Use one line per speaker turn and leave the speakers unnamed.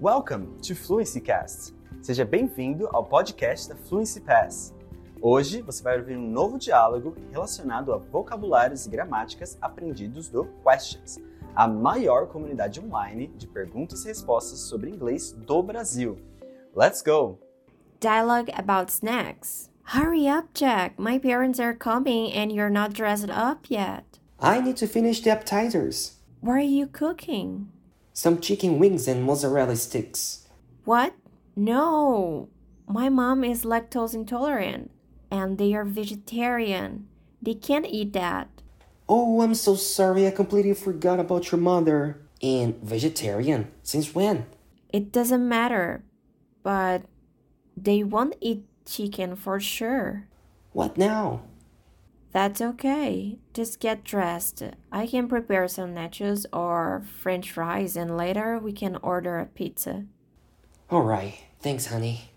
Welcome to Fluency Cast. Seja bem-vindo ao podcast da Fluency Pass. Hoje você vai ouvir um novo diálogo relacionado a vocabulários e gramáticas aprendidos do Questions, a maior comunidade online de perguntas e respostas sobre inglês do Brasil. Let's go!
Dialogue about snacks. Hurry up, Jack. My parents are coming and you're not dressed up yet.
I need to finish the appetizers.
What are you cooking?
Some chicken wings and mozzarella sticks.
What? No. My mom is lactose intolerant and they are vegetarian. They can't eat that.
Oh, I'm so sorry, I completely forgot about your mother. And vegetarian? Since when?
It doesn't matter. But they won't eat chicken for sure.
What now?
That's okay. Just get dressed. I can prepare some nachos or french fries and later we can order a pizza.
Alright, thanks, honey.